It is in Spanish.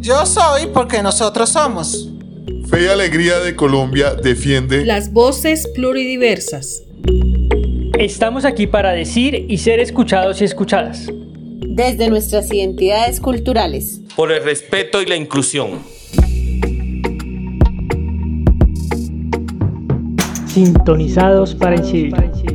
Yo soy porque nosotros somos. Fe y Alegría de Colombia defiende Las voces pluridiversas. Estamos aquí para decir y ser escuchados y escuchadas. desde nuestras identidades culturales. por el respeto y la inclusión. Sintonizados para incidir.